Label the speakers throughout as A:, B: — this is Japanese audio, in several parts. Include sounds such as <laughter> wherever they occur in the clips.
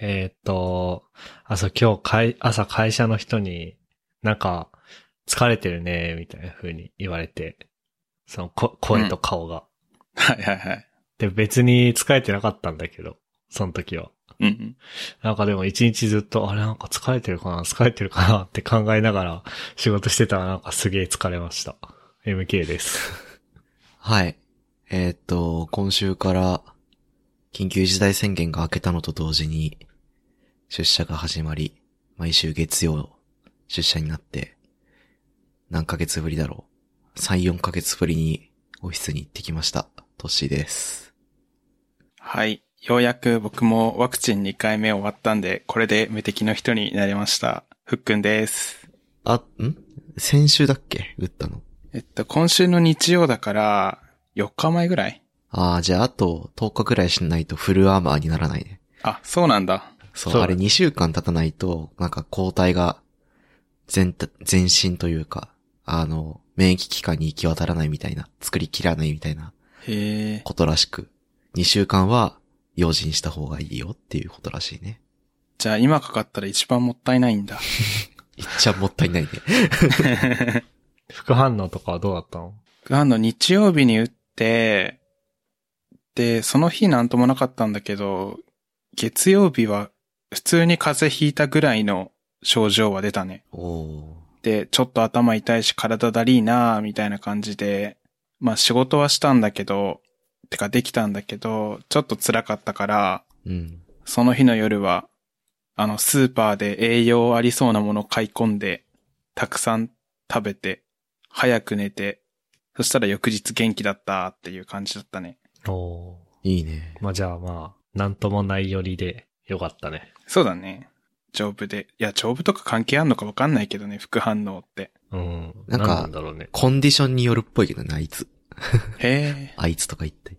A: えーっと、あ、そう、今日会、朝会社の人に、なんか、疲れてるね、みたいな風に言われて、その、こ、声と顔が。
B: はいはいはい。
A: で、別に疲れてなかったんだけど、その時は。
B: うんうん。
A: なんかでも一日ずっと、あれなんか疲れてるかな疲れてるかなって考えながら仕事してたらなんかすげえ疲れました。MK
C: <laughs>
A: です。
C: はい。えーっと、今週から、緊急事態宣言が明けたのと同時に、出社が始まり、毎週月曜、出社になって、何ヶ月ぶりだろう。3、4ヶ月ぶりに、オフィスに行ってきました。トッシーです。
B: はい。ようやく僕もワクチン2回目終わったんで、これで無敵の人になれました。ふっくんです。
C: あ、ん先週だっけ打ったの。
B: えっと、今週の日曜だから、4日前ぐらい
C: あー、じゃああと10日くらいしないとフルアーマーにならないね。
B: あ、そうなんだ。
C: そう、
A: そうだ
C: あれ2週間経たないと、なんか抗体が全体、全身というか、あの、免疫機関に行き渡らないみたいな、作りきらないみたいな
B: へえ。
C: ことらしく、2週間は用心した方がいいよっていうことらしいね。
B: じゃあ今かかったら一番もったいないんだ。
C: いっちゃもったいないね。
A: 副反応とかはどうだったの
B: あの、日曜日に打って、で、その日なんともなかったんだけど、月曜日は普通に風邪ひいたぐらいの症状は出たね。
C: おー。
B: で、ちょっと頭痛いし体だりーなーみたいな感じで、まあ仕事はしたんだけど、てかできたんだけど、ちょっと辛かったから、
C: うん。
B: その日の夜は、あの、スーパーで栄養ありそうなもの買い込んで、たくさん食べて、早く寝て、そしたら翌日元気だったっていう感じだったね。
A: お
C: いいね。
A: まあ、じゃあまあ、なんともないよりでよかったね。
B: そうだね。丈夫で。いや、丈夫とか関係あんのかわかんないけどね、副反応って。
A: うん。
C: なんか
A: 何なんだろうね。
C: コンディションによるっぽいけどね、あいつ。
B: へえ。
C: あいつとか言って。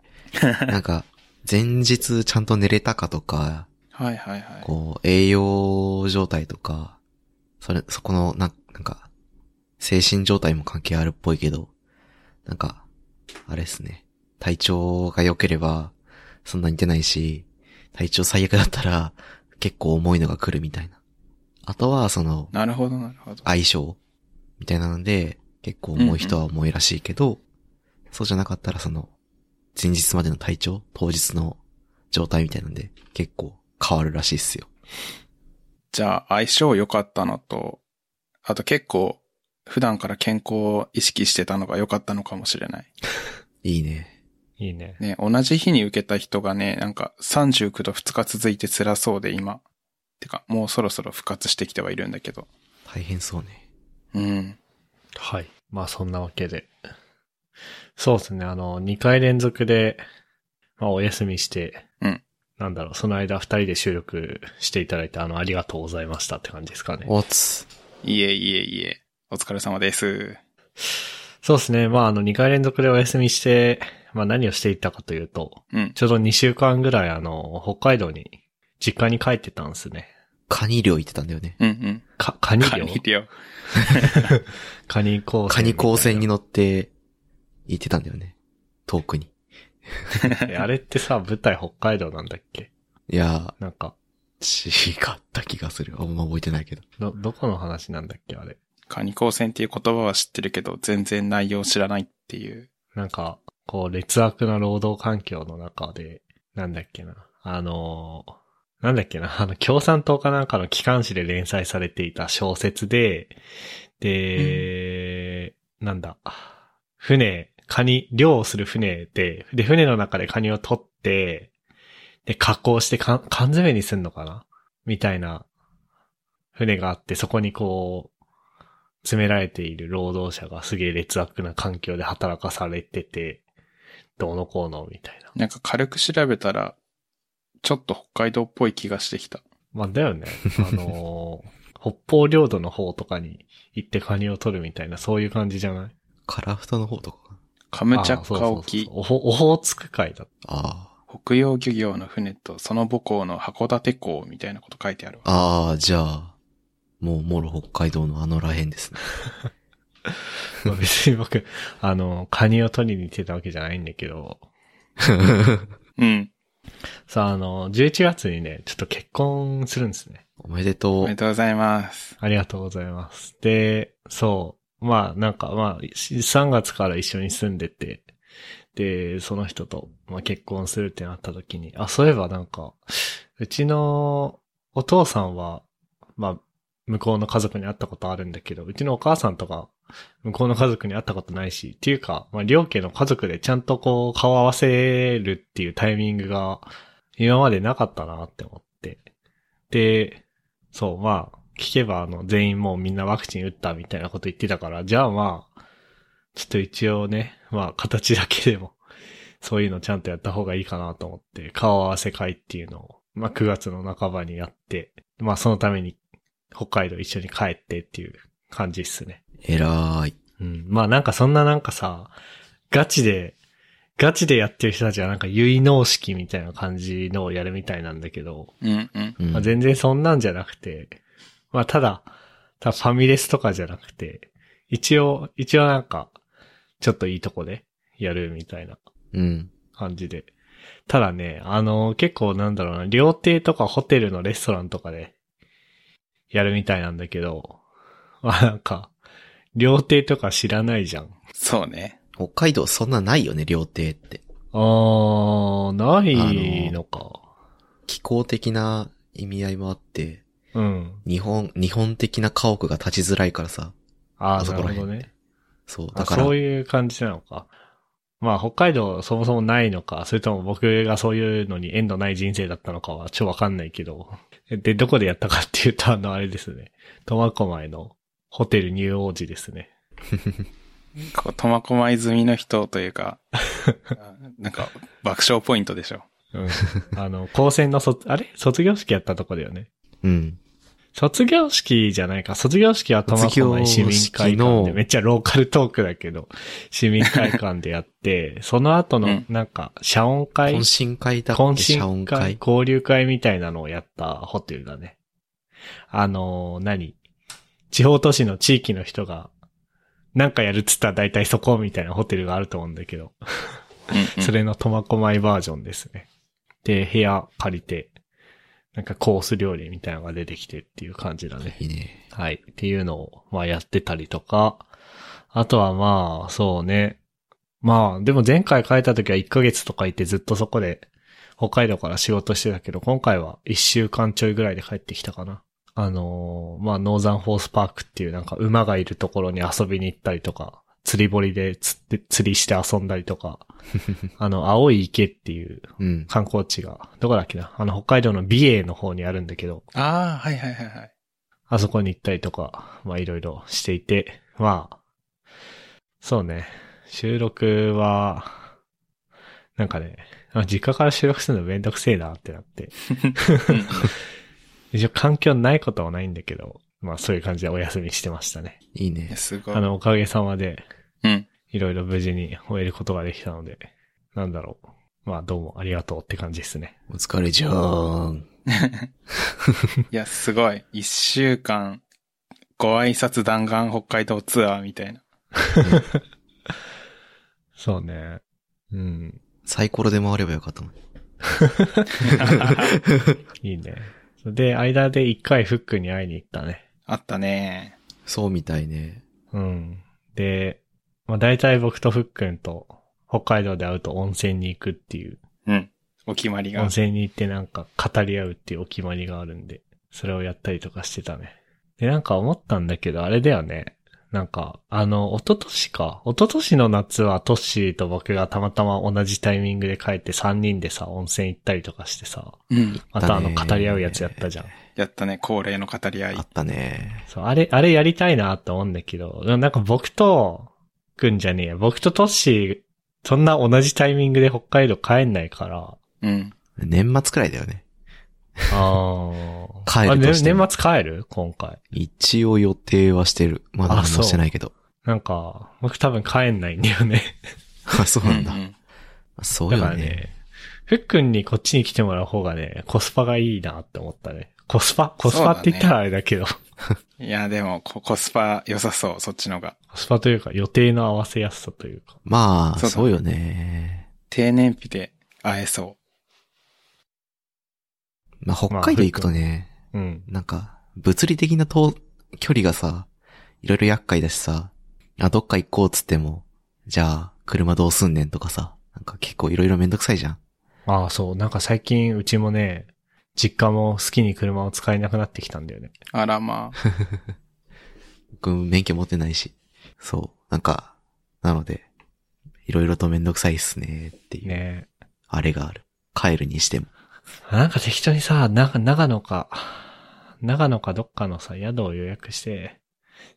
C: なんか、前日ちゃんと寝れたかとか、
B: はいはいはい。
C: こう、栄養状態とか、それ、そこの、なんなんか、精神状態も関係あるっぽいけど、なんか、あれですね。体調が良ければ、そんなに出ないし、体調最悪だったら、結構重いのが来るみたいな。あとは、その、
B: なるほどなるほど。
C: 相性みたいなので、結構重い人は重いらしいけど、そうじゃなかったらその、前日までの体調、当日の状態みたいなんで、結構変わるらしいっすよ。
B: じゃあ、相性良かったのと、あと結構、普段から健康を意識してたのが良かったのかもしれない。
C: いいね。
A: いいね。
B: ね、同じ日に受けた人がね、なんか39度2日続いて辛そうで今。てか、もうそろそろ復活してきてはいるんだけど。
C: 大変そうね。
B: うん。
A: はい。まあ、そんなわけで。そうですね。あの、2回連続で、まあ、お休みして、
B: うん
A: なんだろう、その間2人で収録していただいて、あの、ありがとうございましたって感じですかね。
C: おつ。
B: いえいえいえ。お疲れ様です。
A: そうですね。まあ、あの、2回連続でお休みして、まあ、何をしていたかというと、
B: うん。
A: ちょうど2週間ぐらい、あの、北海道に、実家に帰ってたんですね。
C: カニ漁行ってたんだよね。
B: うんうん。
A: か、カニ漁
B: カニ漁。
A: <laughs> カニ高専。
C: カニ光線に乗って、行ってたんだよね。遠くに。
A: えあれってさ、舞台北海道なんだっけ
C: いや
A: なんか、
C: ー、違った気がする。あんま覚えてないけど。
A: ど、どこの話なんだっけあれ。
B: カニ光線っていう言葉は知ってるけど、全然内容知らないっていう。
A: なんか、こう、劣悪な労働環境の中で、なんだっけな。あのーなんだっけな。あの、共産党かなんかの機関誌で連載されていた小説で、で、なんだ。船、カニ、漁をする船で、で、船の中でカニを取って、で、加工してかん缶詰にすんのかなみたいな船があって、そこにこう、詰められている労働者がすげえ劣悪な環境で働かされてて、どうのこうのみたいな。
B: なんか軽く調べたら、ちょっと北海道っぽい気がしてきた。
A: まあ、だよね。あのー北方領土の方とかに行ってカニを取るみたいな、そういう感じじゃない
C: カラフトの方とかかな。
B: カムチャ
A: あそうそ
B: ッカ
A: うそう
B: 沖、
A: オホオホーツク海だ。
C: あ
B: 北洋漁業の船とその母港の函館港みたいなこと書いてあるわ。
C: ー。あー、じゃあ、もう、もろ北海道のあのらへんですね。
A: まあ別に僕、 <laughs> あのーカニを取りに行ってたわけじゃないんだけど、
B: うん。
A: さあ、あの、11月にね、ちょっと結婚するんですね。
C: おめで
B: お
C: と
B: めで
C: う。
B: とうございます。
A: ありがとうございます。で、そう。まあ、なんか、まあ、し3月から一緒に住んでて、で、その人と、まあ、結婚するってなった時に、あ、そういえばなんか、うちのお父さんは、まあ、向こうの家族に会ったことあるんだけど、うちのお母さんとか、向こうの家族に会ったことないし、っていうか、まあ、両家の家族でちゃんとこう、顔合わせるっていうタイミングが、今までなかったなって思って。で、そう、まあ、聞けば、あの、全員もうみんなワクチン打ったみたいなこと言ってたから、じゃあまあ、ちょっと一応ね、まあ、形だけでも、そういうのちゃんとやった方がいいかなと思って、顔合わせ会っていうのを、まあ、9月の半ばにやって、まあ、そのために、北海道一緒に帰ってっていう感じっすね。
C: えらーい。
A: うん。まあ、なんかそんななんかさ、ガチで、ガチでやってる人たちはなんか結納式みたいな感じのをやるみたいなんだけど、
B: うんうん。
C: うん
A: まあ、全然そんなんじゃなくて、まあただ、ただファミレスとかじゃなくて、一応、一応なんか、ちょっといいとこでやるみたいな
C: うん。
A: 感じで。ただね、あの、結構なんだろうな、料亭とかホテルのレストランとかでやるみたいなんだけど、まあなんか、料亭とか知らないじゃん。
B: そうね。
C: 北海道そんなないよね、料亭って。
A: あー、ないのか。
C: 気候的な意味合いもあって、
A: うん。
C: 日本、日本的な家屋が立ちづらいからさ。
A: あ
C: あ
A: ー、
C: そ
A: な
C: こ
A: る
C: ら
A: ほ
C: 辺
A: どね。
C: そう、
A: あ
C: だから。
A: そういう感じなのか。まあ、北海道そもそもないのか、それとも僕がそういうのに縁のない人生だったのかは超わかんないけど。で、どこでやったかっていうと、あの、あれですね。苫小牧のホテルニューオージですね。
B: こう、苫小牧済みの人という <laughs> か、あなんか、爆笑ポイントでしょ。
A: うん。
C: <laughs>
A: あの、高専の卒、あれ卒業式やったとこだよね。
C: うん。
A: 卒業式じゃないか。卒業式は苫小牧市民会
C: 卒業
A: 館
C: 式
A: で、
C: の
A: めっちゃローカルトークだけど、市民会館でやって、その後
C: <laughs>
B: う
A: の
B: ん、
A: なんか、謝恩会、
C: 懇親会だっ
A: 懇
C: け謝恩
A: 親会
C: 会
A: 交流会みたいなのをやったホテルだね。あのー何地方都市の地域の人が、なんかやるっつったら大体そこみたいなホテルがあると思うんだけど、
B: うんうん
A: それの苫小牧バージョンですね。で、部屋借りて、なんかコース料理みたいなのが出てきてっていう感じだね。
C: いいね。
A: はい。っていうのを、まあやってたりとか、あとはまあ、そうね。まあ、でも前回帰った時は1ヶ月とかいてずっとそこで、北海道から仕事してたけど、今回は1週間ちょいぐらいで帰ってきたかな。あのーまあ、ノーザンホースパークっていうなんか馬がいるところに遊びに行ったりとか、釣り堀で釣って、釣りして遊んだりとか、あの、青い池っていう
C: うん。
A: 観光地が、どこだっけなあの、北海道の美瑛の方にあるんだけど、
B: ああ、はいはいはいはい。
A: あそこに行ったりとか、まあいろいろしていて、まあ、そうね、収録は、なんかね、あ実家から収録するのめんどくせえなってなって、一応環境ないことはないんだけど、まあそういう感じでお休みしてましたね。
C: いい
B: いや
C: ね。
B: すごい。
A: あの、おかげさまで、
B: うん。
A: いろいろ無事に終えることができたので、なんだろう。まあどうもありがとうって感じですね。
C: お疲れじゃーん。
B: いや、すごい。一週間、ご挨拶弾丸北海道ツアーみたいな。
A: そうね。うん。
C: サイコロで回ればよかったのに。
A: いいね。で、間で一回フックに会いに行ったね。
B: あったね。
C: そうみたいね。
A: うん。で、まあ大体僕とふっくんと北海道で会うと温泉に行くっていう、
B: うん。お決まり
A: 温
B: が。
A: 泉に行ってなんか語り合うっていうお決まりがあるんで、それをやったりとかしてたね。で、なんか思ったんだけど、あれだよね。なんか、あの、一昨年か。一昨年の夏はトッシーと僕がたまたま同じタイミングで帰って3人でさ、温泉行ったりとかしてさ、
B: うん。
A: またあの
C: だねー
A: 語り合うやつやったじゃん。
B: やったね。恒例の語り合い
C: あ。ったね。
A: そう、あれ、あれやりたいなと思うんだけど、でもなんか僕と、くんじゃねえや、僕とトッシー、そんな同じタイミングで北海道帰んないから、
B: うん。
C: 年末くらいだよね。
A: <laughs> あー
C: 帰ると
A: あね
C: しても
A: 年末帰る今回。
C: 一応予定はしてる。まだ
A: あ
C: 何もしてないけど。
A: なんか、僕多分帰んないんだよね。
C: <laughs> あ、そうなんだ
B: う。ん
C: そう
A: だか
C: よ
A: ら
C: ね。
A: ね、ふっくんにこっちに来てもらう方がね、コスパがいいなって思ったね。コスパコスパって言ったらあれだけど、
B: うんいや、でも、こコスパ良さそう、そっちのが。
A: コスパというか予定の合わせやすさというか。
C: まあ、
B: そうだ
C: そうよね。
B: 低燃費で会えそ
C: まあ、北海道行くとね、
A: うん。
C: なんか、物理的な遠、距離がさ、いろいろ厄介だしさ、あ、どっか行こうっつっても、じゃあ、車どうすんねんとかさ、なんか結構いろいろめんどくさいじゃん。
A: ああ、そう。なんか最近、うちもね、実家も好きに車を使えなくなってきたんだよね。
B: あらまあ。
C: 僕、免許持ってないし。そう。なんか、なので、いろいろとめんどくさいっすねっていう、
A: ね
C: あれがある。帰るにしても。
A: なんか適当にさ、な長野か、長野かどっかのさ、宿を予約して、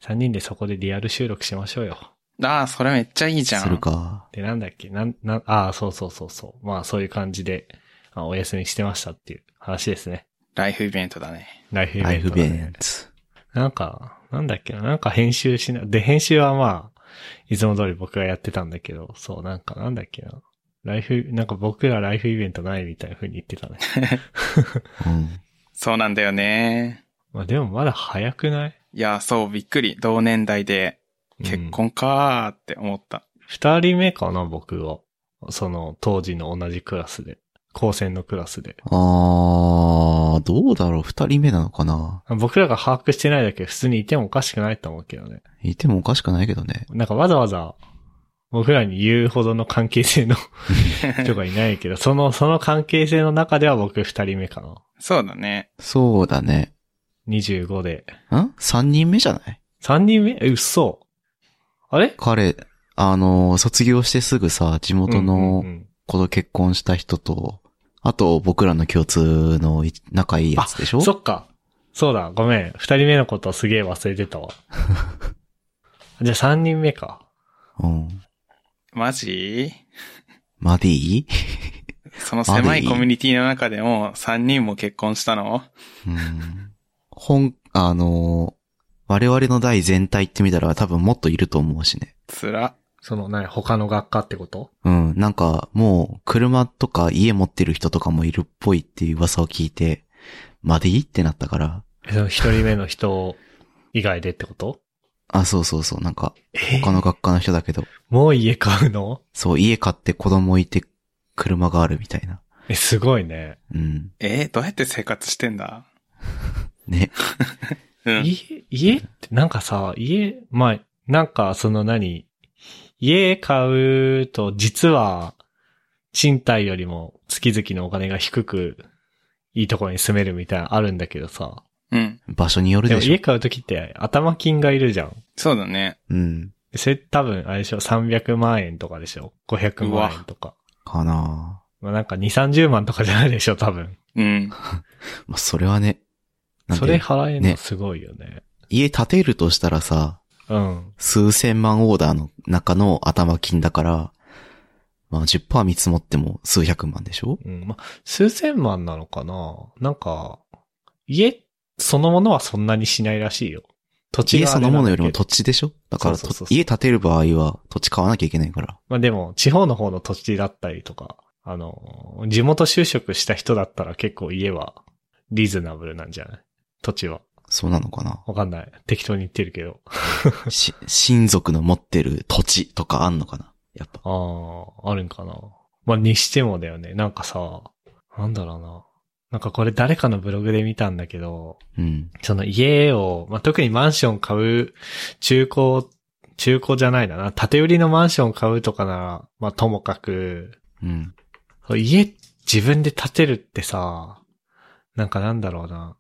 A: 3人でそこでリアル収録しましょうよ。
B: ああ、 <laughs> それめっちゃいいじゃん。
C: するか。
A: で、なんだっけ、なん、なん、ああ、そうそうそうそう。まあ、そういう感じで、あお休みしてましたっていう話ですね。
B: ライフイベントだね。
A: ライフイ
C: ラ
A: ベ
C: イ
A: ント、
C: フ
A: ね。
C: ベンツ。
A: なんか、なんだっけな、なんか編集しな、で、編集はまあ、いつも通り僕がやってたんだけど、そう、なんか、なんだっけな。ライフ、なんか僕らライフイベントないみたいな風に言ってたね。
C: うん。
B: そうなんだよね。
A: まあ、でもまだ早くない
B: いや、そう、びっくり。同年代で結婚かーって思った。
A: 二人目かな、僕は。その、当時の同じクラスで。高専のクラスで。
C: あー、どうだろう二人目なのかな
A: 僕らが把握してないだけで普通にいてもおかしくないと思うけどね。
C: いてもおかしくないけどね。
A: なんかわざわざ、僕らに言うほどの関係性の人がいない
C: <laughs>
A: けど、その、その関係性の中では僕二人目かな。
B: <laughs> そうだね。
C: そうだね。
A: 25で。
C: ん三人目じゃない
A: 三人目え、嘘。あれ
C: 彼、あのー、卒業してすぐさ、地元
A: うんう
C: の
A: んうん
C: 子と結婚した人と、あと僕らの共通のい仲いいやつでしょ
A: そっか。そうだ、ごめん。二人目のことすげえ忘れてた
C: <laughs>
A: わ。じゃあ三人目か。
C: うん。
B: マジ
C: マデ
A: <laughs>
C: ィ
B: その狭
C: あでい
B: い
C: い
B: コミュニティの中でも3人も結婚したの
C: うん。本、あのー、我々の代全体って見たら多分もっといると思うしね。
B: つら。
A: その、なに、他の学科ってこと
C: うん、なんか、もう、車とか家持ってる人とかもいるっぽいっていう噂を聞いて、までいいってなったから、
A: えその一人目の人以外でってこと
C: あ、そうそうそう、なんか、
A: え
C: 他の学科の人だけど、
A: もう家買うの
C: そう、家買って子供いて、車があるみたいな。
A: え、すごいね。
C: うん。
B: えーどうやって生活してんだ
C: ね。
B: うん。
A: 家、家ってなんかさ、家、まあ、なんかその何家買うと実は賃貸よりも月々のお金が低くいいところに住めるみたいなのあるんだけどさ。
B: うん。
C: 場所による
A: で
C: で
A: も
C: しょ
A: 家。買うときって頭金がいるじゃん。
B: そうだね。
C: うん。
A: それ多分あれでしょ ?300 万円とかでしょ ?500
B: うわ
A: 万円とか。
C: かな
A: まあなんか2、30万とかじゃないでしょ多分。
B: うん。
C: ぁまあ、それはね。なん
A: それ
C: で、
A: 払えるの
C: ね
A: すごいよね
C: 家建てるとしたらさ、
A: うん。
C: 数千万オーダーの中の頭金だから、まあ10%見積もっても数百万でしょ
A: うん、まあ、数千万なのかななんか、家そのものはそんなにしないらしいよ。土地
C: 家
A: があ
C: そ
A: れな
C: の
A: んだけ
C: も
A: ど
C: のよりも土地でしょだから
A: そうそうそうそう
C: 家建てる場合は土地買わなきゃいけないから。
A: まあでも、地方の方の土地だったりとか、あの、地元就職した人だったら結構家はリーズナブルなんじゃない土地は。
C: そうなのか
A: <laughs>
C: な
A: わかんない。適当に言ってるけど。
C: し、親族の持ってる土地とかあんのかなやっぱ。
A: ああ、あるんかな。まあ、にしてもだよね。なんかさ、なんだろうな。なんかこれ誰かのブログで見たんだけど、
C: うん。
A: その家を、まあ、特にマンション買う、中古、中古じゃないだな。縦売りのマンション買うとかなら、まあ、ともかく、
C: うん。
A: そう家自分で建てるってさ、なんかなんだろうな。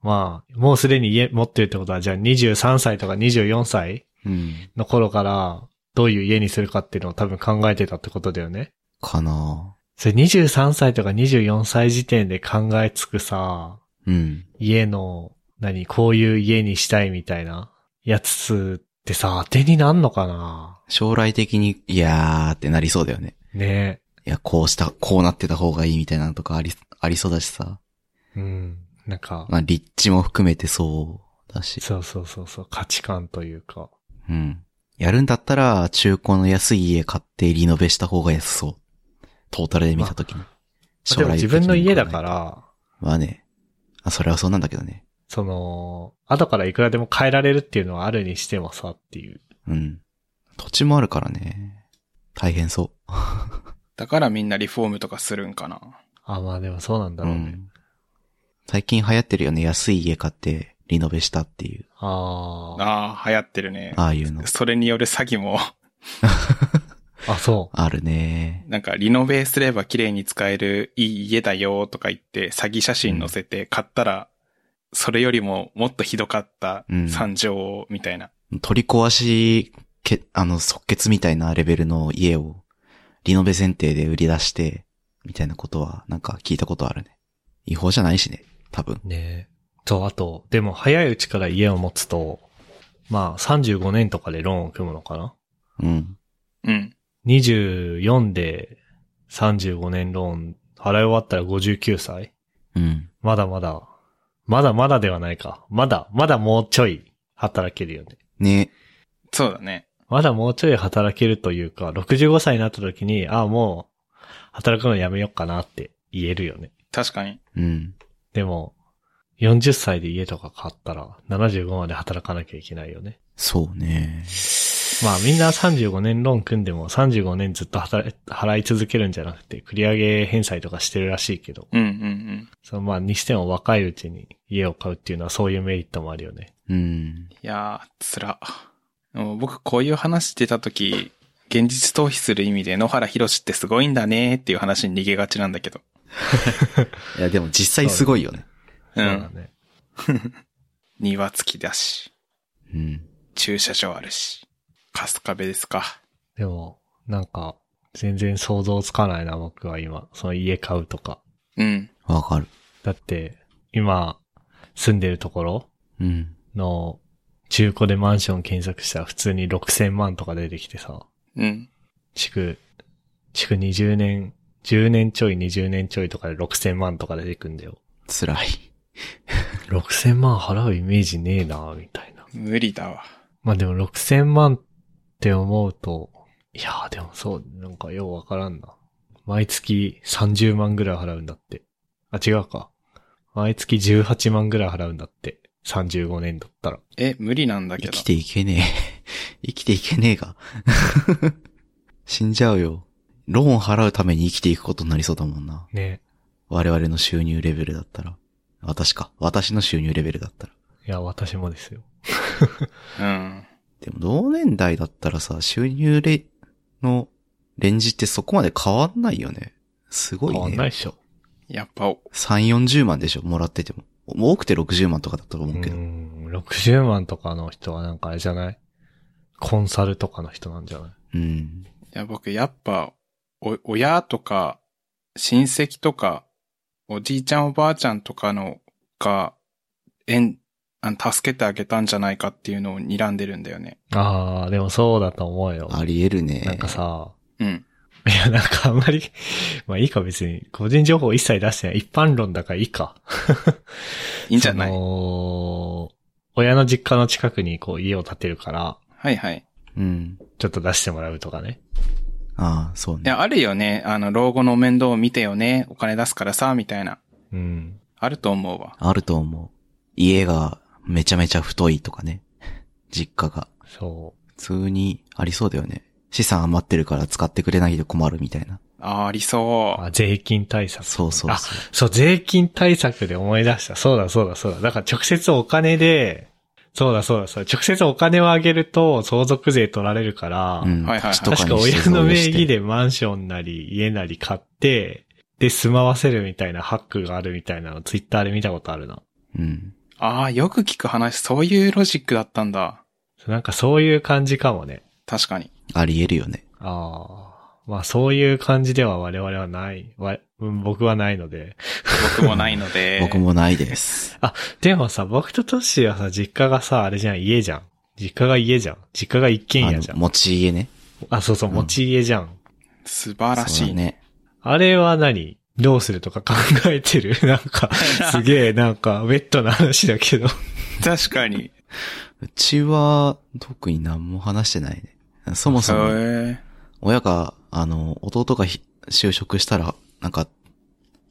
A: まあ、もうすでに家持ってるってことは、じゃあ23歳とか24歳
C: うん。
A: の頃から、どういう家にするかっていうのを多分考えてたってことだよね。
C: かな
A: それ23歳とか24歳時点で考えつくさ、
C: うん。
A: 家の、何、こういう家にしたいみたいなやつってさ、当てになんのかな
C: 将来的に、いやーってなりそうだよね。
A: ね
C: いや、こうした、こうなってた方がいいみたいなのとかあり、ありそうだしさ。
A: え。うん。なんか、
C: まあ、立地も含めてそうだし。
A: そうそうそうそう、価値観というか。
C: うん。やるんだったら、中古の安い家買ってリノベした方が安そう。トータルで見たときに。将
A: でも
C: 来的
A: 自
C: に
A: 分の家だか
C: 考
A: ら、
C: えて。まあね。あ、それはそうなんだけどね。
A: その、後からいくらでも変えられるっていうのはあるにしてもさっていう。
C: うん。土地もあるからね。大変そ
B: だからみんなリフォームとかするんかな。
A: あ、まあでもそうなん
C: う。
A: だろうね。
C: ん。最近流行ってるよね。安い家買ってリノベしたっていう。
A: ああ。
B: ああ、流行ってるね。
C: ああいうの。
B: それによる詐欺も、 <laughs>
A: あ、そう。
C: あるね。
B: なんかリノベすれば綺麗に使えるいい家だよとか言って、詐欺写真載せて買ったら、それよりももっとひどかった
C: うん
B: 惨状をみたいな。
C: 取り壊し、け、あの、即決みたいなレベルの家を、リノベ選定で売り出して、みたいなことは、なんか聞いたことあるね。違法じゃないしね、多分。
A: ねえ。と、あと、でも早いうちから家を持つと、まあ35年とかでローンを組むのかな
C: うん。
B: うん。
A: ?24 で35年ローン払い終わったら59歳
C: うん。
A: まだまだ、まだまだではないか。まだ、まだもうちょい働けるよね。
C: ね。
B: そうだね。
A: まだもうちょい働けるというか、65歳になった時に、ああ、もう、働くのやめようかなって言えるよね。
B: 確かに。
C: うん。
A: でも、40歳で家とか買ったら、75まで働かなきゃいけないよね。
C: そうね。
A: まあみんな35年ローン組んでも35年ずっと働い払い続けるんじゃなくて、繰り上げ返済とかしてるらしいけど、
B: うんうんうん。
A: そのまあにしても若いうちに家を買うっていうのはそういうメリットもあるよね。
C: うん。
B: いやー、辛。もう僕こういう話出た時、現実逃避する意味で野原博士ってすごいんだねーっていう話に逃げがちなんだけど。
C: いや、でも実際すごいよね。
B: う
A: そうだ
B: ん。
A: ね。
B: 庭付きだし、
C: うん。
B: 駐車場あるし、カスカベですか。
A: でも、なんか、全然想像つかないな、僕は今。その家買うとか。
B: うん。
C: わかる。
A: だって、今、住んでるところ
C: うん。
A: の中古でマンション検索したら普通に6000万とか出てきてさ、
B: うん。
A: 築、築20年、10年ちょい、20年ちょいとかで6000万とか出てくんだよ。
C: 辛い。
A: 6000万払うイメージねえなみたいな。
B: 無理だわ。
A: まあでも6000万って思うと、いやーでもそう、なんかようわからんな。毎月30万ぐらい払うんだって。あ、違うか。毎月18万ぐらい払うんだって。35年だったら。
B: え、無理なんだけ
C: 生
B: ど
C: き。ていけねえ。 <laughs> 生きていけねえが。 <laughs> 死んじゃうよ。ローン払うために生きていくことになりそうだもんな。
A: ね。
C: 我々の収入レベルだったら。私か。私の収入レベルだったら。
A: いや、私もですよ。
B: うん。
C: でも同年代だったらさ、収入レ、のレンジってそこまで変わんないよね。すごいね。
A: 変わんないっしょ。
B: やっぱ、お
C: 3、40万でしょ、もらってても。多くて60万とかだったと思うけど。
A: ん、60万とかの人はなんかあれじゃないコンサルとかの人なんじゃない
C: うん。
B: いや僕、やっぱ、お、親とか、親戚とか、おじいちゃんおばあちゃんとかの、が、えん、あの、助けてあげたんじゃないかっていうのを睨んでるんだよね。
A: ああ、でもそうだと思うよ。
C: ありえるね。
A: なんかさ、
B: うん。
A: いや、なんかあんまり、まあいいか別に、個人情報一切出してない。一般論だからいいか。
B: いいんじゃない
A: その親の実家の近くにこう家を建てるから、
B: はいはい。
C: うん。
A: ちょっと出してもらうとかね。
C: ああ、そう
B: い
C: ね。
B: や、あるよね。あの、老後の面倒を見てよね。お金出すからさ、みたいな。
A: うん。
B: あると思うわ。
C: あると思う。家がめちゃめちゃ太いとかね。実家が。
A: そ
C: 普通にありそうだよね。資産余ってるから使ってくれないで困るみたいな。
B: あー、あり
A: う。
B: そう。
A: あ、税金対策。
C: そうそう
A: あ
C: そう。
A: そう、税金対策で思い出した。そうだそうだそうだ。だから直接お金で、そうだそうだそうだ。直接お金をあげると相続税取られるから、
C: うん
B: はいはいはい
C: 土地と
A: 確か
C: に
A: 親
C: 静
A: の
C: 養
A: 名
C: して
A: 義でマンションなり家なり買って、で、住まわせるみたいなハックがあるみたいなの、ツイッターで見たことあるな。
C: うん。
B: ああ、よく聞く話、そういうロジックだったんだ。
A: なんかそういう感じかもね。
B: 確かに。
C: ありえるよね。
A: ああ。まあそういう感じでは我々はない。わうん僕はないので。
B: 僕もないの
C: <laughs>
B: で。
C: 僕。もないです。
A: でもさ、僕とトッシーはさ、実家がさ、あれじゃん、家じゃん。実家が家じゃん。実家が一軒
C: あ
A: 家
C: の
A: じゃ、ん。
C: 持ち家ね。
A: あ、そうそう、
C: うん
A: 持ち家じゃん。
B: 素晴ら
C: そう
B: しい
C: だ
B: ね。
C: ね。
A: あれは何どうするとか考えてる <laughs> なん
C: <laughs>
A: か、すげえ、なんか、ウェットな話だけど。
B: 確かに。
C: うちは、特に何も話してないね。そもそも、
B: へ
C: 親が、あの、弟がひ就職したら、なんか、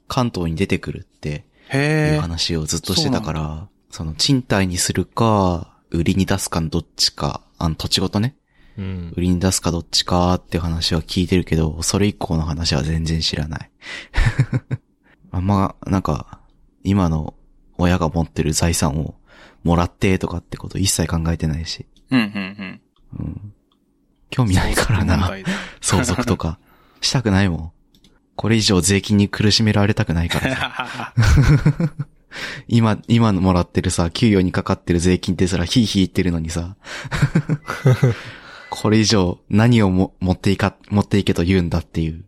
C: 関東に出てくるって
B: え。へ
C: いう
B: え。
C: 話をずっとしてたから、その、賃貸にするか、売りに出すかのどっちか、あの、土地ごとね、
A: うん
C: 売。りに出すかどっちかっていう話は聞いてるけど、それ以 <laughs> 降の話は全然知らない。あんま、なんか、今の親が持ってる財産をもらってとかってこと一切考えてないし。
B: うん、うん、
C: うん。興
B: うん。
C: 味ないから
B: そう
C: な。
B: 問題だ
C: 相続とか。したくないもん。これ以上税金に苦しめられたくないからさ。今、今もらってるさ、給与にかかってる税金ってさ、ヒーヒー言ってるのにさ。これ以上何をも持っていか、持っていけと言うんだっていう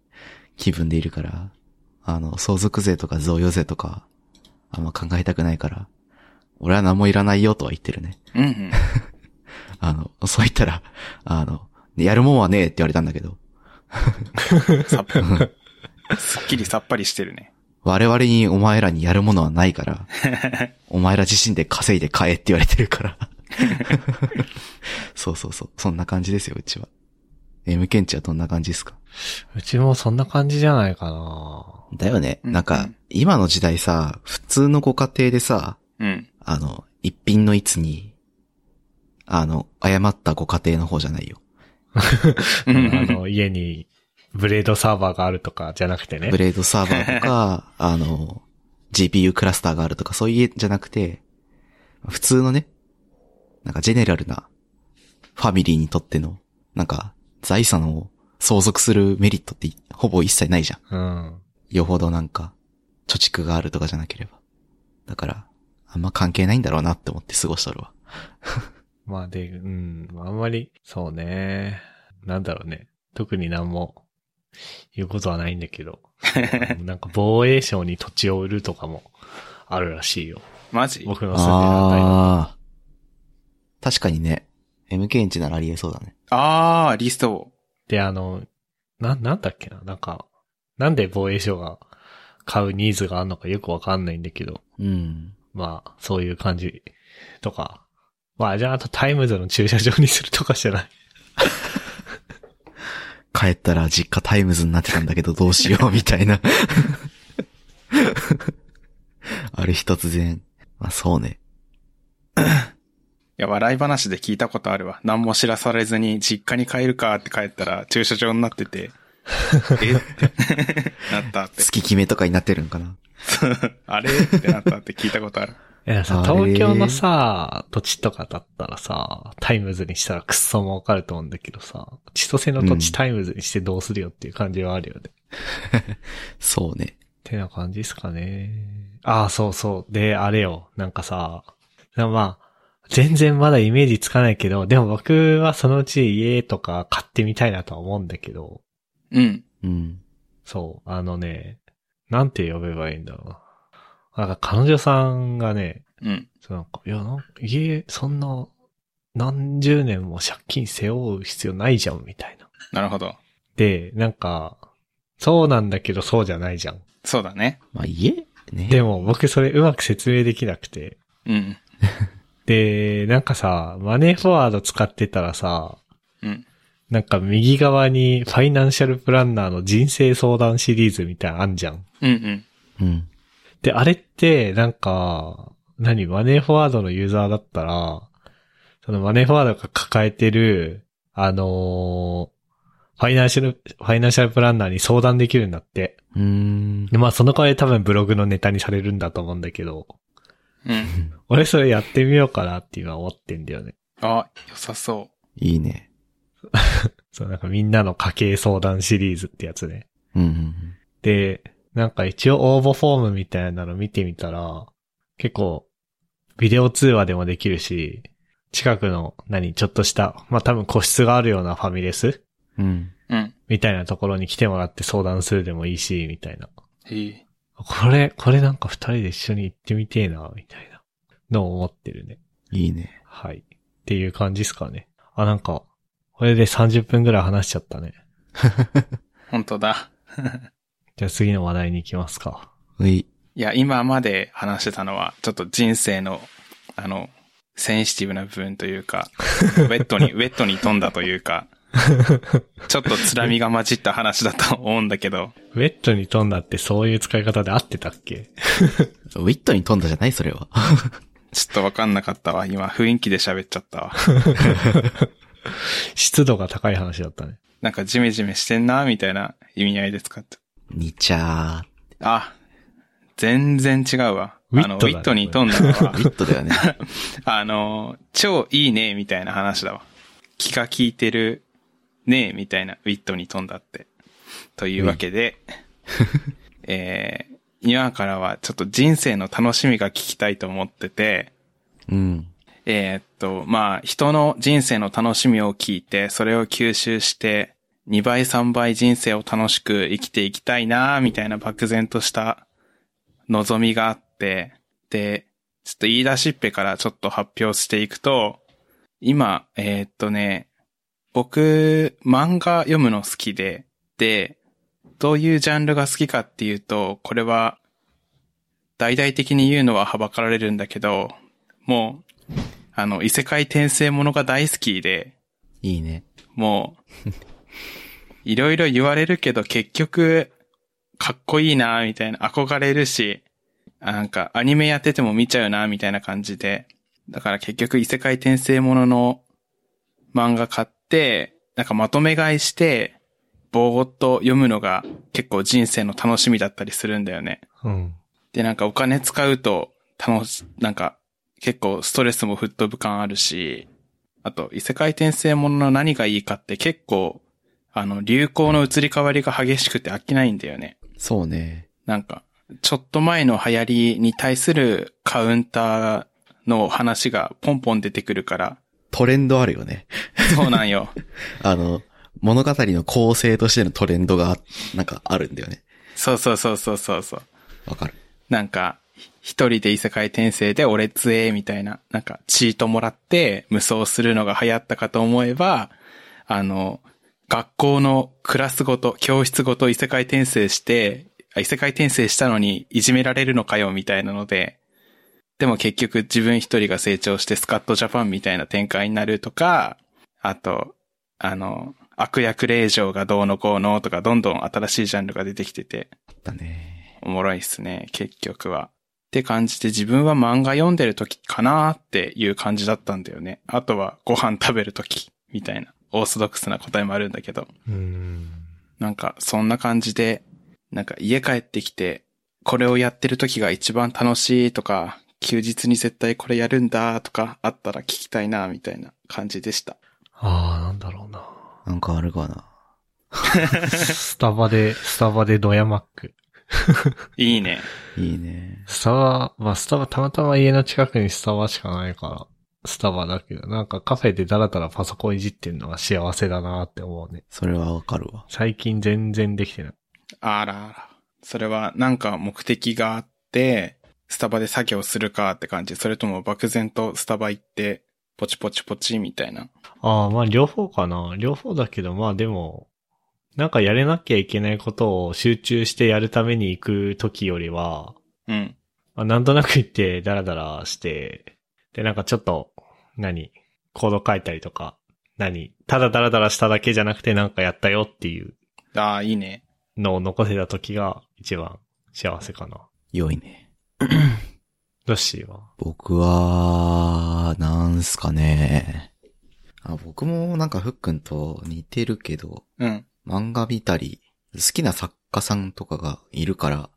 C: 気分でいるから、あの、相続税とか贈与税とか、あんま考えたくないから、俺は何もいらないよとは言ってるね。
B: <laughs> うん、うん。
C: あの、そう言ったら、あの、やるもんはねえって言われたんだけど、
B: さっ
C: <laughs>
B: すっきりさっぱりしてるね。
C: 我々にお前らにやるものはない
B: <laughs>
C: から、お前ら自身で稼いで買えって言われてるから。 <laughs> そうそうそう。そんな感じですよ、うちは。M ケンチはどんな感じですか
A: うちもそんな感じじゃないかな。
C: だよね。
B: うん
C: なんか、今の時代さ、普通のご家庭でさ、
B: うん。
C: あの、一品のいつに、あの、誤ったご家庭の方じゃないよ。
B: うんうん
A: あの、家にブレードサーバーがあるとかじゃなくてね
C: ブ。レードサーバーとか、あの、GPU クラスターがあるとか、そういう家じゃなくて、普通のね、なんかジェネラルな、ファミリーにとっての、なんか、財産を相続するメリットってほぼ一切ないじゃん。
A: うん。
C: よほどなんか、貯蓄があるとかじゃなければ。だから、あんま関係ないんだろうなって思って過ごしとるわ。
A: まあで、うん。あんまり、そうね。なんだろうね。特になんも言うことはないんだけ
C: <laughs>
A: ど。なんか防衛省に土地を売るとかもあるらしいよ。
B: マジ
A: 僕の住んでる辺りは
C: ああ。確かにね、MK インチならありえそうだね。
B: あー、リストを。
A: で、あの、な、なんだっけななんか、なんで防衛省が買うニーズがあるのかよくわかんないんだけど、
C: うん。
A: まあ、そういう感じとか。まあ、じゃあ、あとタイムズの駐車場にするとかじゃない。
C: 帰ったら実家タイムズになってたんだけどどうしようみたいな。 <laughs> ある日突然。まあそうね。
B: いや、笑い話で聞いたことあるわ。何も知らされずに、実家に帰るかって帰ったら、駐車場になって
C: <laughs>
B: て、えってなったって。
C: 月決めとかになってるんかな。
B: あれってなったって聞いたことある。
A: いやさ、
C: あれ
A: 東京のさ、土地とかだったらさ、タイムズにしたらクッソ儲かると思うんだけどさ、千歳の土
C: うん
A: 地タイムズにしてどうするよっていう感じはあるよね。
C: そうね。
A: てな感じですかね。ああ、そうそう。で、あれよ。なんかさ、まあ、全然まだイメージつかないけど、でも僕はそのうち家とか買ってみたいなとは思うんだけど、
B: うん。
C: うん。
A: そう、あのね、なんて呼べばいいんだろうな。なんか彼女さんがね、
B: うん。
A: そうなんか、いや、なんか家、そんな、何十年も借金背負う必要ないじゃん、みたいな。
B: なるほど。
A: で、なんか、そうなんだけどそうじゃないじゃん。
B: そうだね。
C: まあ家ね。
A: でも僕それうまく説明できなくて。
B: うん。
A: で、なんかさ、マネーフォワード使ってたらさ、
B: うん。
A: なんか右側にファイナンシャルプランナーの人生相談シリーズみたいなのあんじゃん。
B: うんうん。
C: うん。
A: で、あれって、なんか、何、マネーフォワードのユーザーだったら、そのマネーフォワードが抱えてる、あのーファイナンシャル、ファイナンシャルプランナーに相談できるんだって。
C: うーん。
A: でまあ、その代わり多分ブログのネタにされるんだと思うんだけど、
B: うん。
A: 俺それやってみようかなって今思ってんだよね。
B: あ、良さそ
C: いいね。
A: そう、なんかみんなの家計相談シリーズってやつね。
C: うんうん
A: で、なんか一応応募フォームみたいなの見てみたら、結構、ビデオ通話でもできるし、近くの、何、ちょっとした、まあ、多分個室があるようなファミレス
C: うん。うん。
B: う。うん。
A: みたいなところに来てもらって相談するでもいいし、みたいな。
B: へえ。
A: これ、これなんか二人で一緒に行ってみてえな、みたいなのを思ってるね。
C: いいね。
A: はい。っていう感じですかね。あ、なんか、これで30分ぐらい話しちゃったね。
B: 本当だ。
A: じゃあ次の話題に行きますか。
C: うい。
B: いや、今まで話してたのは、ちょっと人生の、あの、センシティブな部分という <laughs> か、ウェットに、ウェットに飛んだという <laughs> か、ちょっとつらみが混じった話だと思うんだけど、
A: ウェットに飛んだってそういう使い方で合ってたっけ
C: ウィットに飛んだじゃないそれは。
B: ちょっとわかんなかったわ。今、雰囲気で喋っちゃったわ。
A: 湿度が高い話だったね。
B: なんかジメジメしてんな、みたいな意味合いで使って。
C: にちゃー。
B: あ、全然違うわ。
A: ウィ
B: あ
A: ッ
B: の、ウ
A: トだね
B: ィットに飛んだのは
C: ウ、ィットだよね。
A: <laughs>
B: <laughs> あの、超いいね、みたいな話だわ。気が利いてる、ねみたいな、ウィットに飛んだって。というわけで、 <laughs> えー、今からはちょっと人生の楽しみが聞きたいと思ってて、
C: うん。
B: えーっと、まあ、人の人生の楽しみを聞いて、それを吸収して、2倍3倍人生を楽しく生きていきたいなーみたいな漠然とした望みがあって、で、ちょっと言い出しっぺからちょっと発表していくと、今、えーっとね、僕、漫画読むの好きで、で、どういうジャンルが好きかっていうと、これは、大々的に言うのははばかられるんだけど、もう、あの、異世界転生ものが大好きで、
C: いいね。
B: もう、いろいろ言われるけど結局、かっこいいなみたいな、憧れるし、なんかアニメやってても見ちゃうなみたいな感じで、だから結局異世界転生ものの漫画買って、なんかまとめ買いして、ぼーっと読むのが結構人生の楽しみだったりするんだよね。
A: うん。
B: で、なんかお金使うと楽し、なんか結構ストレスも吹っ飛ぶ感あるし、あと異世界転生ものの何がいいかって結構、あの、流行の移り変わりが激しくて飽きないんだよね。
C: そうね。
B: なんか、ちょっと前の流行りに対するカウンターの話がポンポン出てくるから、
C: トレンドあるよね。
B: そうなんよ。
C: <laughs> あの、物語の構成としてのトレンドが、なんかあるんだよね。
B: そうそうそうそうそうそう。
C: わかる。
B: なんか、一人で異世界転生で俺強えみたいな、なんか、チートもらって無双するのが流行ったかと思えば、あの、学校のクラスごと、教室ごと異世界転生して、あ異世界転生したのにいじめられるのかよみたいなので、でも結局自分一人が成長してスカットジャパンみたいな展開になるとか、あと、あの、悪役令嬢がどうのこうのとか、どんどん新しいジャンルが出てきてて、
C: だね。
B: おもろいっすね、結局は。って感じで自分は漫画読んでる時かなーっていう感じだったんだよね。あとはご飯食べる時みたいな、オーソドックスな答えもあるんだけど。
A: うん。
B: なんか、そんな感じで、なんか家帰ってきて、これをやってる時が一番楽しいとか、休日に絶対これやるんだとかあったら聞きたいなみたいな感じでした。
A: ああ、なんだろうな。
C: なんかあるかな。
A: スタバで、スタバでドヤマック。
B: いいね。
C: いいね。
A: スタバ、まあスタバたまたま家の近くにスタバしかないから、スタバだけど、なんかカフェでダラダラパソコンいじってんのが幸せだなって思うね。
C: それはわかるわ。
A: 最近全然できてない。
B: あらあら。それはなんか目的があって、スタバで作業するかって感じ。それとも漠然とスタバ行って、ポチポチポチみたいな。
A: ああ、まあ両方かな。両方だけど、まあでも、なんかやれなきゃいけないことを集中してやるために行く時よりは、
B: うん。
A: まあ、なんとなく行って、ダラダラして、で、なんかちょっと、何コード書いたりとか、何ただダラダラしただけじゃなくてなんかやったよっていう
B: ああ、いいね。
A: のを残せた時が一番幸せかな。
C: 良いね。
A: ロッシーは。
C: 僕は、なんすかね。あ僕もなんかふっくんと似てるけど、
B: うん。
C: 漫画見たり、好きな作家さんとかがいるから、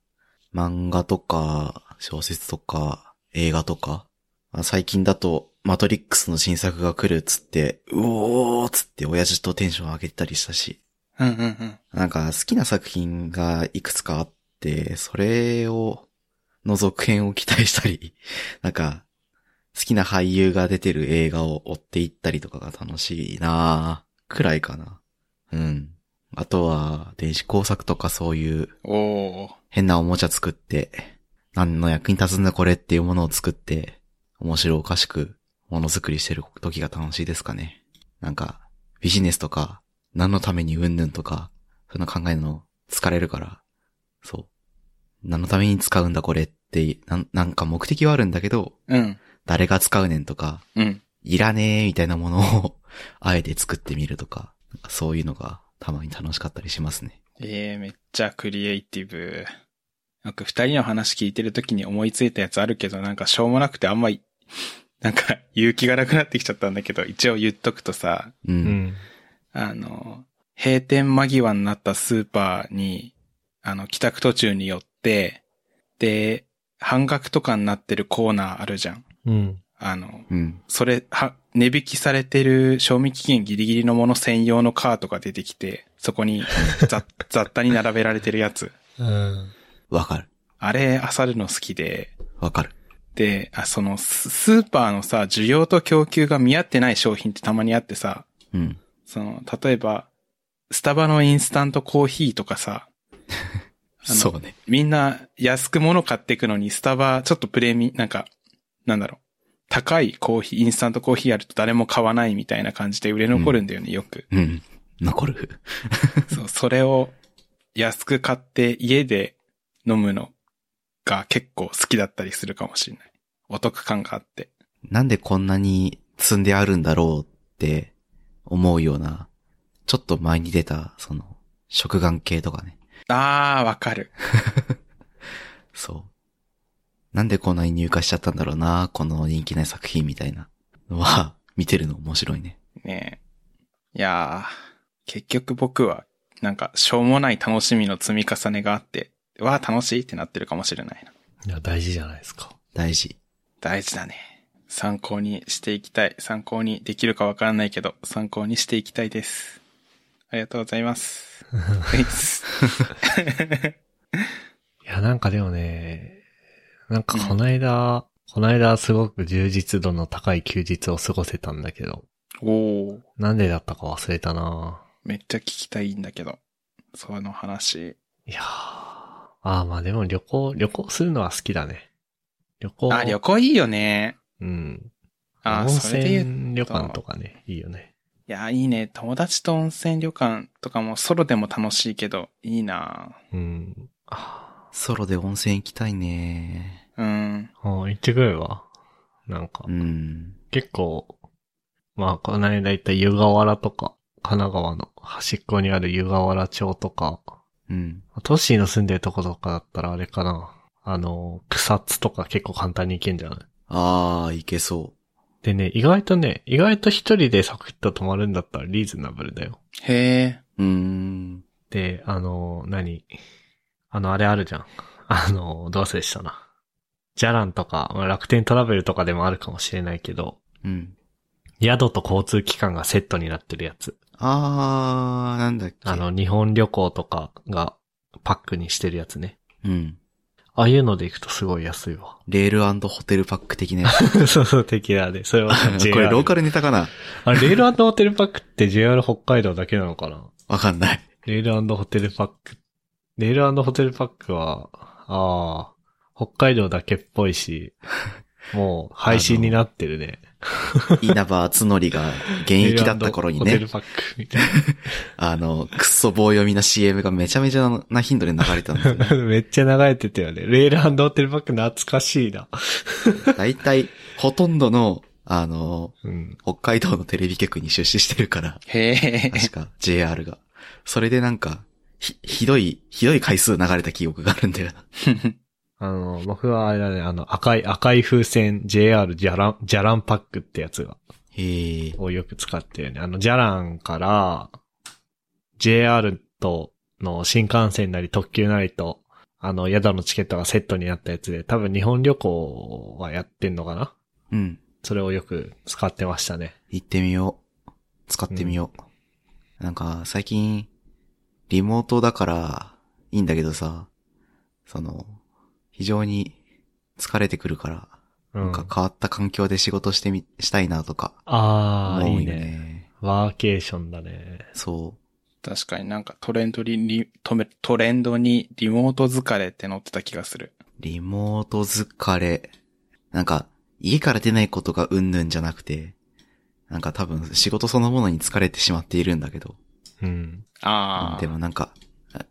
C: 漫画とか、小説とか、映画とか、まあ最近だと、マトリックスの新作が来るっつって、うおーっつって親父とテンション上げてたりしたし、
B: うんうんうん。
C: なんか好きな作品がいくつかあって、それを、の続編を期待したり、 <laughs> なんか、好きな俳優が出てる映画を追っていったりとかが楽しいなぁ、くらいかな。うん。あとは、電子工作とかそういう
B: おー。
C: 変なおもちゃ作って、何の役に立つんだこれっていうものを作って、面白おかしくものづくりしてる時が楽しいですかね。なんか、ビジネスとか、何のためにうんぬんとか、そういうの考えるの疲れるから、そう。何のために使うんだこれって、なんなんか目的はあるんだけど、
B: うん。
C: 誰が使うねんとか、
B: うん。
C: いらねえみたいなものを、 <laughs> あえて作ってみるとか、なんかそういうのがたまに楽しかったりしますね。
B: ええめっちゃクリエイティブ。なんか二人の話聞いてる時に思いついたやつあるけど、なんかしょうもなくてあんまり、なんか勇気がなくなってきちゃったんだけど、一応言っとくとさ、
A: う
C: うん
A: ん。
B: あの、閉店間際になったスーパーに、あの、帰宅途中に寄って、で、半額とかになってるコーナーあるじゃん。
A: うん。
B: あの、
C: うん。
B: それ、は、値引きされてる賞味期限ギリギリのもの専用のカートが出てきて、そこに雑 <laughs> 雑多に並べられてるやつ。
A: うん。
C: わかる。
B: あれ、漁るの好きで、
C: わかる。
B: で、あ、その、ススーパーのさ、需要と供給が見合ってない商品ってたまにあってさ、
C: うん。
B: その、例えば、スタバのインスタントコーヒーとか
C: <laughs>
B: さ、あの
C: そうね。
B: みんな安く物買っていくのに、スタバちょっとプレミ、なんか、なんだろう、高いコーヒー、インスタントコーヒーあると誰も買わないみたいな感じで売れ残るんだよね、よく。
C: うん。残る。
B: そう、それを安く買って家で飲むのが結構好きだったりするかもしれない。お得感があって。
C: なんでこんなに積んであるんだろうって思うような、ちょっと前に出た、その、食玩系とかね。
B: あー、わかる。
C: そう。なんでこんなに入荷しちゃったんだろうな、この人気ない作品みたいなのは、見てるの面白いね。
B: ねえ。いやー、結局僕は、なんか、しょうもない楽しみの積み重ねがあって、わー楽しいってなってるかもしれないな。
A: いや、大事じゃないですか。
C: 大事。
B: 大事だね。参考にしていきたい。参考にできるかわからないけど、参考にしていきたいです。ありがとうございます。はいっす
A: いや、なんかでもね、なんかこないだ、こないだすごく充実度の高い休日を過ごせたんだけど、
B: おー、
A: なんでだったか忘れたな
B: めっちゃ聞きたいんだけど。その話。
A: いやー。ああ、まあでも旅行、旅行するのは好きだね。旅行。
B: あ、旅行いいよね。
A: うん。
B: あ
A: 温
B: ー、それで言う
A: 泉旅館とかね、いいよね。
B: いや、いいね。友達と温泉旅館とかもソロでも楽しいけど、いいな
A: うん。あ
C: ソロで温泉行きたいね。
B: うん。
A: あ、行ってくれば。なんか
C: う、ん。
A: 結構、まあ、この間行った湯河原とか、神奈川の端っこにある湯河原町とか、
C: うん。
A: トッシーの住んでるとことかだったらあれかな。あの、草津とか結構簡単に行けんじゃない
C: あー、いけそ
A: でね、意外とね、意外と一人でサクッと泊まるんだったらリーズナブルだよ。
B: へえ。
C: う。うーん。
A: で、あの、何あの、あれあるじゃん。あの、どうせでしたな。ジャランとか、まあ、楽天トラベルとかでもあるかもしれないけど、
C: うん。
A: 宿と交通機関がセットになってるやつ。
C: あー、なんだっけ。
A: あの、、日本旅行とかがパックにしてるやつね。
C: うん。
A: ああいうので行くとすごい安いわ。 <laughs>
C: レールホテルパック的なやつ。
A: そうそう、的なで。それは JR。
C: <laughs> これローカルネタかな
A: あれ、レールホテルパックって JR 北海道だけなのかな
C: わかんない。
A: レールホテルパック。レールホテルパックは、ああ、北海道だけっぽい
C: <laughs>
A: し、もう配信になってるね。
C: 稲葉つのりが現役だった頃に
A: レール
C: ね、
A: <laughs> ホテルパックみたい
C: あの、くっそ棒読みな CM がめちゃめちゃな頻度で流れたんですよ
A: <laughs>
C: ね。
A: な。めっちゃ流れてたよね。レールホテルパック懐かしいな。
C: 大体、ほとんどの、あの、
A: うん。
C: 北海道のテレビ局に出資してるから、
B: へえ。
C: 確か JR が。それでなんか、ひ、ひどい、ひどい回数流れた記憶があるんだよな。
A: あの、僕はあれだね、あの、赤い、赤い風船 JR ジャラン、ジャランパックってやつが、
C: へえ。
A: をよく使ってるね。あの、ジャランから、JR との新幹線なり特急なりと、あの、宿のチケットがセットになったやつで、多分日本旅行はやってんのかな
C: うん。
A: それをよく使ってましたね。
C: 行ってみよう。使ってみよう。なんか、最近、リモートだから、いいんだけどさ、その、非常に疲れてくるから、
A: う
C: なん
A: ん。
C: か変わった環境で仕事してみ、したいなとか、
A: あー、い
C: 思
A: うい
C: よね。
A: ね。ワーケーションだね。
C: そ
B: <laughs> 確かになんかトレンドにリ、トメトレンドにリモート疲れって載ってた気がする。
C: う。リモート疲れ。なんか、家から出ないことがうんぬんじゃなくて、なんか多分仕事そのものに疲れてしまっているんだけど、
A: うん。
B: ああ。
C: でもなんか、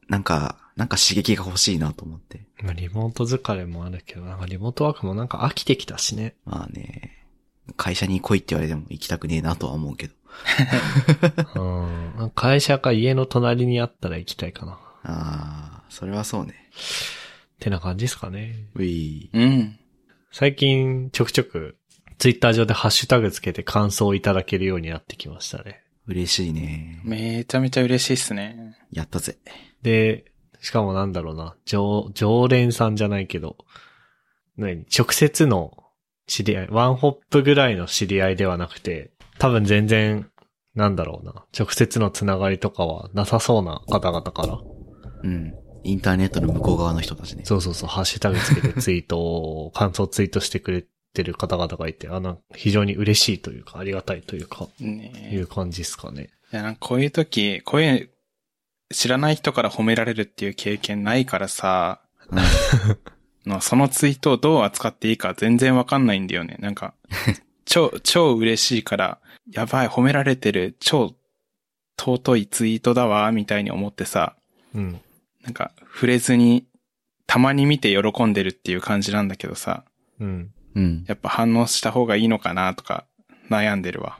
C: なんか、なんか刺激が欲しいなと思って。
A: まあリモート疲れもあるけど、なんかリモートワークもなんか飽きてきたし <laughs> ね。
C: まあね、会社に来いって言われても行きたくねえなとは思うけど。
A: うん。会社か家の隣にあったら行きたいかな。っ
C: ああ、それはそうね。
A: てな感じですかね。
C: うい
B: うん。
A: 最近ちょくちょくツイッター上でハッシュタグつけて感想をいただけるようになってきましたね。
C: 嬉しいね。
B: めちゃめちゃ嬉しいっすね。
C: やったぜ。
A: で、しかもなんだろうな、常、常連さんじゃないけど、何直接の知り合い、ワンホップぐらいの知り合いではなくて、多分全然、なんだろうな、直接のつながりとかはなさそうな方々から、
C: うん。インターネットの向こう側の人たちね。
A: そうそうそう、ハッシュタグつけてツイートを、感想ツイートしてくれてる方々がいて、あの、非常に嬉しいというか、ありがたいというか、
B: ねえ
A: いう感じですかね。
B: いや、なんかこういう時、こういう、知らない人から褒められるっていう経験ないからさ、
C: うん。
B: のそのツイートをどう扱っていいか全然わかんないんだよね。なんか、超、超嬉しいから、やばい、褒められてる、超尊いツイートだわ、みたいに思ってさ、
A: うん。
B: なんか、触れずに、たまに見て喜んでるっていう感じなんだけどさ、
A: うん。
C: うん。
B: やっぱ反応した方がいいのかなとか、悩んでるわ。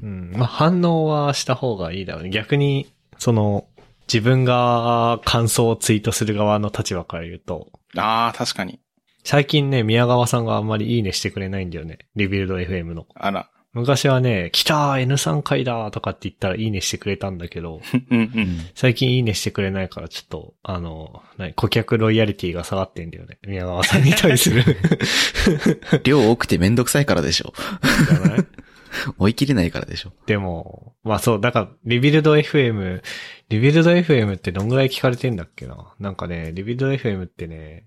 A: うん。まあ、反応はした方がいいだろうね。逆に、その、自分が感想をツイートする側の立場から言うと、
B: あー、確かに。
A: 最近ね、宮川さんがあんまりいいねしてくれないんだよね。リビルド FM の。
B: あら。
A: 昔はね、来たー !N3 回だーとかって言ったらいいねしてくれたんだけ <laughs> ど、
B: うんう。
C: うんん。
A: 最近いいねしてくれないからちょっと、あの、何顧客ロイヤリティが下がってんだよね。宮川さんに対 <laughs> する。
C: 量多くてめんどくさいからでしょ。
A: じゃない
C: 追い切れないからでしょ。
A: でも、まあそう、だから、リビルド FM、リビルド FM ってどんぐらい聞かれてんだっけななんかね、リビルド FM ってね、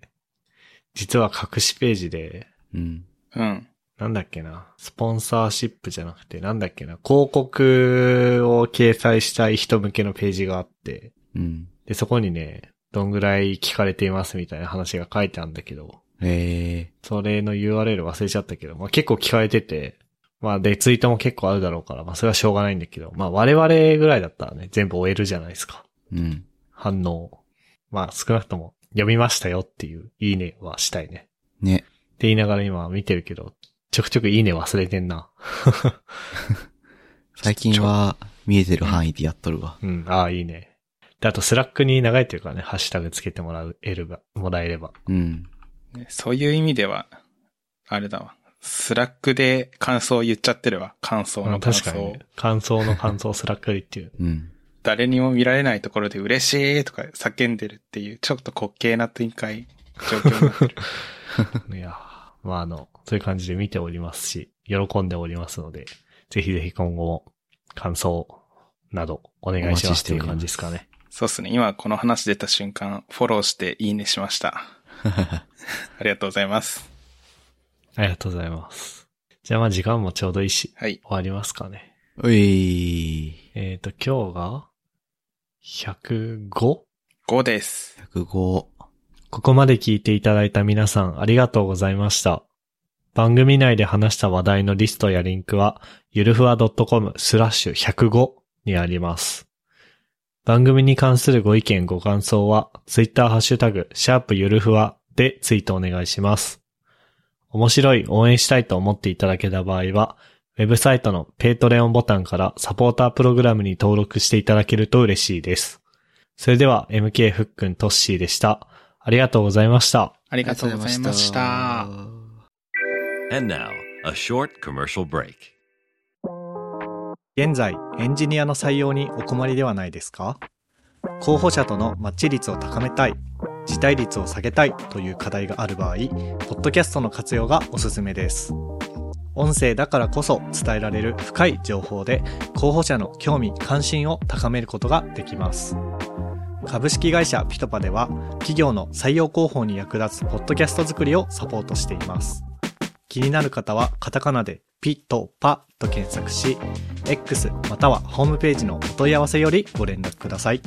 A: 実は隠しページで、
C: うん。
B: うん。
A: なんだっけな、スポンサーシップじゃなくて、なんだっけな、広告を掲載したい人向けのページがあって、
C: うん。
A: で、そこにね、どんぐらい聞かれていますみたいな話が書いてあるんだけど、
C: え
A: それの URL 忘れちゃったけど、まあ結構聞かれてて、まあで、ツイートも結構あるだろうから、まあそれはしょうがないんだけど、まあ我々ぐらいだったらね、全部終えるじゃないですか。
C: えうん。
A: 反応。まあ少なくとも、読みましたよっていう、いいねはしたいね。
C: ね。
A: って言いながら今見てるけど、ちょくちょくいいね忘れてんな。
C: 最近は見えてる範囲でやっとるわ。
A: うん、ああ、いいね。で、あとスラックに流れてるからね、ハッシュタグつけてもらう、えれば、もらえれば。
C: うん。
B: ねそういう意味では、あれだわ。スラックで感想を言っちゃってるわ。感想
A: まあ
B: の感
A: 確
B: 想
A: か
B: を。
A: にね、感想の感想スラックでっていう。
C: うん。 <laughs>
B: 誰にも見られないところで嬉しいとか叫んでるっていう、ちょっと滑稽な展開、状況に
A: <laughs>
B: なってる。
A: いやー、まああの、そういう感じで見ておりますし、喜んでおりますので、ぜひぜひ今後も感想などお願いし
C: お待
A: ます
C: ちし
A: って
C: て
A: い
C: お
A: う
C: ります
A: 感じですかね。
B: そうっすね。今この話出た瞬間、フォローしていいねしました。ありがとうございます。
A: ありがとうございます。じゃあまあ時間もちょうどいいし、
B: はい。
A: 終わりますかね。
C: うい
A: えっ、と、今日が 105?
B: 5です。
C: 105。
A: ここまで聞いていただいた皆さんありがとうございました。番組内で話した話題のリストやリンクは、ゆるふわ .com スラッシュ105にあります。番組に関するご意見ご感想は、ツイッターハッシュタグ、シャープゆるふわでツイートお願いします。面白い、応援したいと思っていただけた場合は、ウェブサイトのペイトレオンボタンからサポータープログラムに登録していただけると嬉しいです。それでは、MK ふっくんトッシーでした。ありがとうございました。
B: ありがとうございました。
D: And now, a short commercial break.
E: 現在エンジニアの採用にお困りではないですか候補者とのマッチ率を高めたい辞退率を下げたいという課題がある場合ポッドキャストの活用がおすすめです音声だからこそ伝えられる深い情報で候補者の興味関心を高めることができます株式会社ピトパでは企業の採用広報に役立つポッドキャスト作りをサポートしています気になる方はカタカナでピトパと検索し X またはホームページのお問い合わせよりご連絡ください。